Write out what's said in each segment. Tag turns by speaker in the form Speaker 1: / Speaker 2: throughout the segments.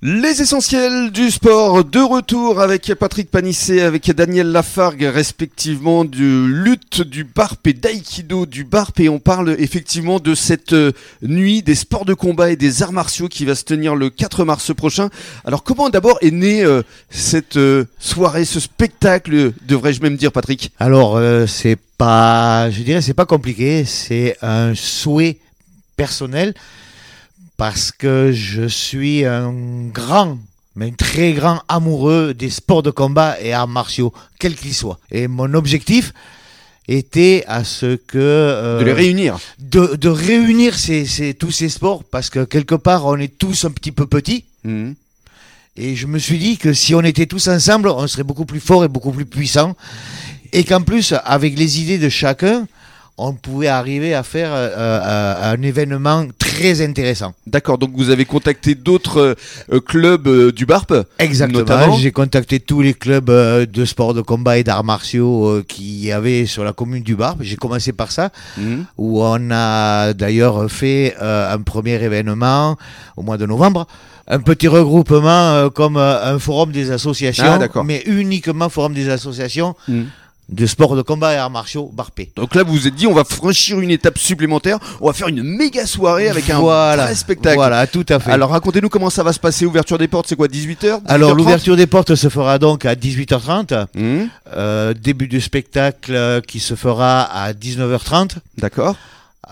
Speaker 1: Les essentiels du sport de retour avec Patrick Panissé, avec Daniel Lafargue, respectivement de lutte du barp et d'aïkido du barp. Et on parle effectivement de cette euh, nuit des sports de combat et des arts martiaux qui va se tenir le 4 mars prochain. Alors, comment d'abord est née euh, cette euh, soirée, ce spectacle, devrais-je même dire, Patrick
Speaker 2: Alors, euh, c'est pas, je dirais, c'est pas compliqué. C'est un souhait personnel parce que je suis un grand, mais un très grand amoureux des sports de combat et arts martiaux, quels qu'ils soient. Et mon objectif était à ce que euh,
Speaker 1: De les réunir.
Speaker 2: de, de réunir ces, ces- tous ces sports parce que quelque part on est tous un petit peu petits.
Speaker 1: Mhm.
Speaker 2: Et je me suis dit que si on était tous ensemble, on serait beaucoup plus fort et beaucoup plus puissant. Et qu'en plus, avec les idées de chacun, on pouvait arriver à faire euh, euh, un événement très intéressant.
Speaker 1: D'accord, donc vous avez contacté d'autres euh, euh, clubs euh, du barp
Speaker 2: Exactement.
Speaker 1: Notamment
Speaker 2: J'ai contacté tous les clubs euh, de sport de combat et d'arts martiaux euh, qu'il y avait sur la commune du Barbe. J'ai commencé par ça,
Speaker 1: Mhm.
Speaker 2: où on a d'ailleurs fait euh, un premier événement au mois de novembre. Un petit regroupement euh, comme euh, un forum des associations,
Speaker 1: Ah, d'accord.
Speaker 2: mais uniquement forum des associations
Speaker 1: Mhm.
Speaker 2: de sport de combat et arts martiaux Barpé.
Speaker 1: Donc là, vous vous êtes dit, on va franchir une étape supplémentaire, on va faire une méga soirée avec un
Speaker 2: voilà,
Speaker 1: vrai spectacle.
Speaker 2: Voilà, tout à fait.
Speaker 1: Alors racontez-nous comment ça va se passer, ouverture des portes, c'est quoi, 18h
Speaker 2: Alors, l'ouverture des portes se fera donc à 18h30.
Speaker 1: Hum,
Speaker 2: Euh, début du spectacle euh, qui se fera à 19h30
Speaker 1: D'accord.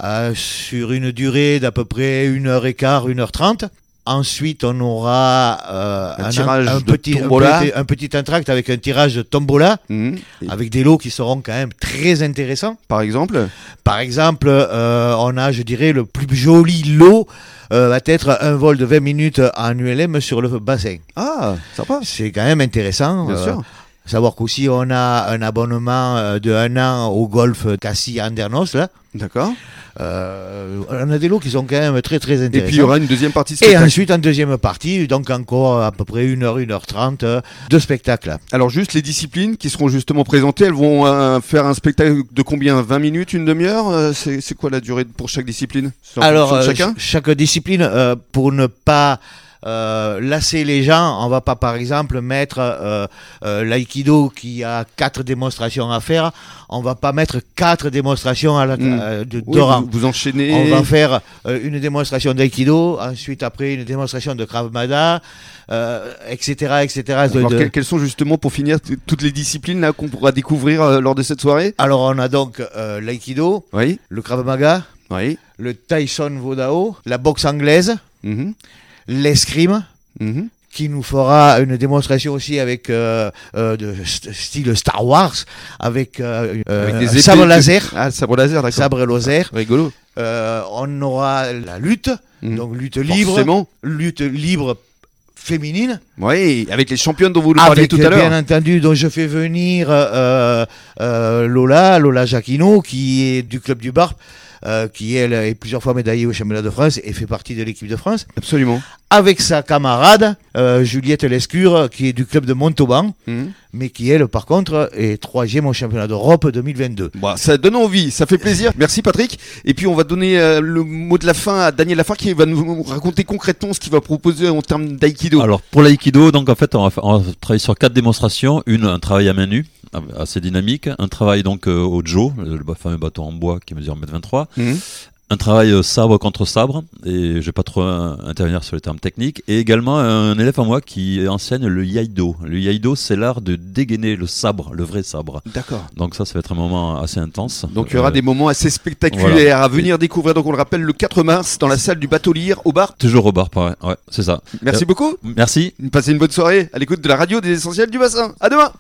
Speaker 2: euh, sur une durée d'à peu près 1h15, 1h30. Ensuite, on aura euh,
Speaker 1: Un tirage de
Speaker 2: petit,
Speaker 1: tombola.
Speaker 2: un petit- un petit entracte avec un tirage de tombola,
Speaker 1: Hum, et-
Speaker 2: avec des lots qui seront quand même très intéressants.
Speaker 1: Par exemple
Speaker 2: Par exemple, euh, on a, je dirais, le plus joli lot euh, va être un vol de 20 minutes en ULM sur le bassin.
Speaker 1: Ah, sympa.
Speaker 2: C'est quand même intéressant.
Speaker 1: Bien
Speaker 2: euh,
Speaker 1: sûr.
Speaker 2: Savoir qu'aussi on a un abonnement euh, de un an au golf Cassis Andernos là.
Speaker 1: D'accord.
Speaker 2: Euh, on a des lots qui sont quand même très très
Speaker 1: Et
Speaker 2: intéressants.
Speaker 1: puis il y aura une deuxième partie de
Speaker 2: Et
Speaker 1: spectacle.
Speaker 2: ensuite en deuxième partie, donc encore à peu près 1h, 1h30 euh, de spectacle.
Speaker 1: Alors juste les disciplines qui seront justement présentées, elles vont euh, faire un spectacle de combien 20 minutes, une demi-heure Euh, C'est c'est quoi la durée pour chaque discipline C'est en
Speaker 2: Alors
Speaker 1: fonction de
Speaker 2: euh,
Speaker 1: chacun
Speaker 2: ch- chaque discipline, euh, pour ne pas euh, lasser les gens, on va pas par exemple mettre euh, euh, l'aïkido qui a quatre démonstrations à faire, on va pas mettre quatre démonstrations à la,
Speaker 1: Mm.
Speaker 2: euh, de,
Speaker 1: Oui,
Speaker 2: de rang.
Speaker 1: vous, vous enchaînez.
Speaker 2: On va faire euh, une démonstration d'aïkido, ensuite après une démonstration de Krav Maga, euh, etc., etc. de-
Speaker 1: Alors,
Speaker 2: de-
Speaker 1: que- quelles sont justement pour finir t- toutes les disciplines là qu'on pourra découvrir euh, lors de cette soirée
Speaker 2: Alors on a donc euh, l'aïkido,
Speaker 1: Oui,
Speaker 2: le Krav Maga,
Speaker 1: oui.
Speaker 2: le Tyson Vodao, la boxe anglaise,
Speaker 1: Mhm,
Speaker 2: l'escrime,
Speaker 1: mhm.
Speaker 2: qui nous fera une démonstration aussi avec euh, euh, de st- style Star Wars, avec, euh, euh,
Speaker 1: Avec
Speaker 2: un
Speaker 1: des épées
Speaker 2: sabre
Speaker 1: de-
Speaker 2: laser,
Speaker 1: Ah, sabre laser, d'accord.
Speaker 2: sabre laser.
Speaker 1: Rigolo.
Speaker 2: Euh, on aura la lutte,
Speaker 1: Mhm.
Speaker 2: donc lutte libre,
Speaker 1: Forcément.
Speaker 2: lutte libre féminine.
Speaker 1: Oui, avec les championnes dont vous nous parliez
Speaker 2: Avec,
Speaker 1: tout à l'heure.
Speaker 2: Bien entendu, donc je fais venir euh, euh, Lola, Lola Jacquino, qui est du club du Barp, euh, qui elle est plusieurs fois médaillée au championnat de France et fait partie de l'équipe de France,
Speaker 1: Absolument.
Speaker 2: avec sa camarade euh, Juliette Lescure, qui est du club de Montauban,
Speaker 1: Mhm.
Speaker 2: mais qui elle, par contre, est troisième au championnat d'Europe 2022.
Speaker 1: Bon, Bah, ça donne envie, ça fait plaisir. Merci Patrick. Et puis on va donner euh, le mot de la fin à Daniel Lafargue qui va nous raconter concrètement ce qu'il va proposer en termes d'aïkido.
Speaker 3: Alors pour l'aïkido, donc en fait, on va, fa- on va travailler sur quatre démonstrations. Une, un travail à main nue, a- assez dynamique. Un travail donc euh, au jo, le, le fameux bâton en bois qui mesure 1m23.
Speaker 1: Mhm.
Speaker 3: Un travail euh, sabre contre sabre, et je vais pas trop euh, intervenir sur les termes techniques. Et également un élève à moi qui enseigne le yaido. Le yaido, c'est l'art de dégainer le sabre, le vrai sabre.
Speaker 1: D'accord.
Speaker 3: Donc ça, ça va être un moment assez intense.
Speaker 1: Donc il y aura
Speaker 3: Euh,
Speaker 1: des moments assez spectaculaires
Speaker 3: voilà.
Speaker 1: à venir découvrir. Donc on le rappelle le 4 mars dans la salle du bateau Lire au bar.
Speaker 3: Toujours au bar, ouais, ouais c'est ça.
Speaker 1: Merci
Speaker 3: Euh.
Speaker 1: beaucoup.
Speaker 3: Merci.
Speaker 1: Passez une bonne soirée à l'écoute de la radio des essentiels du bassin. À demain.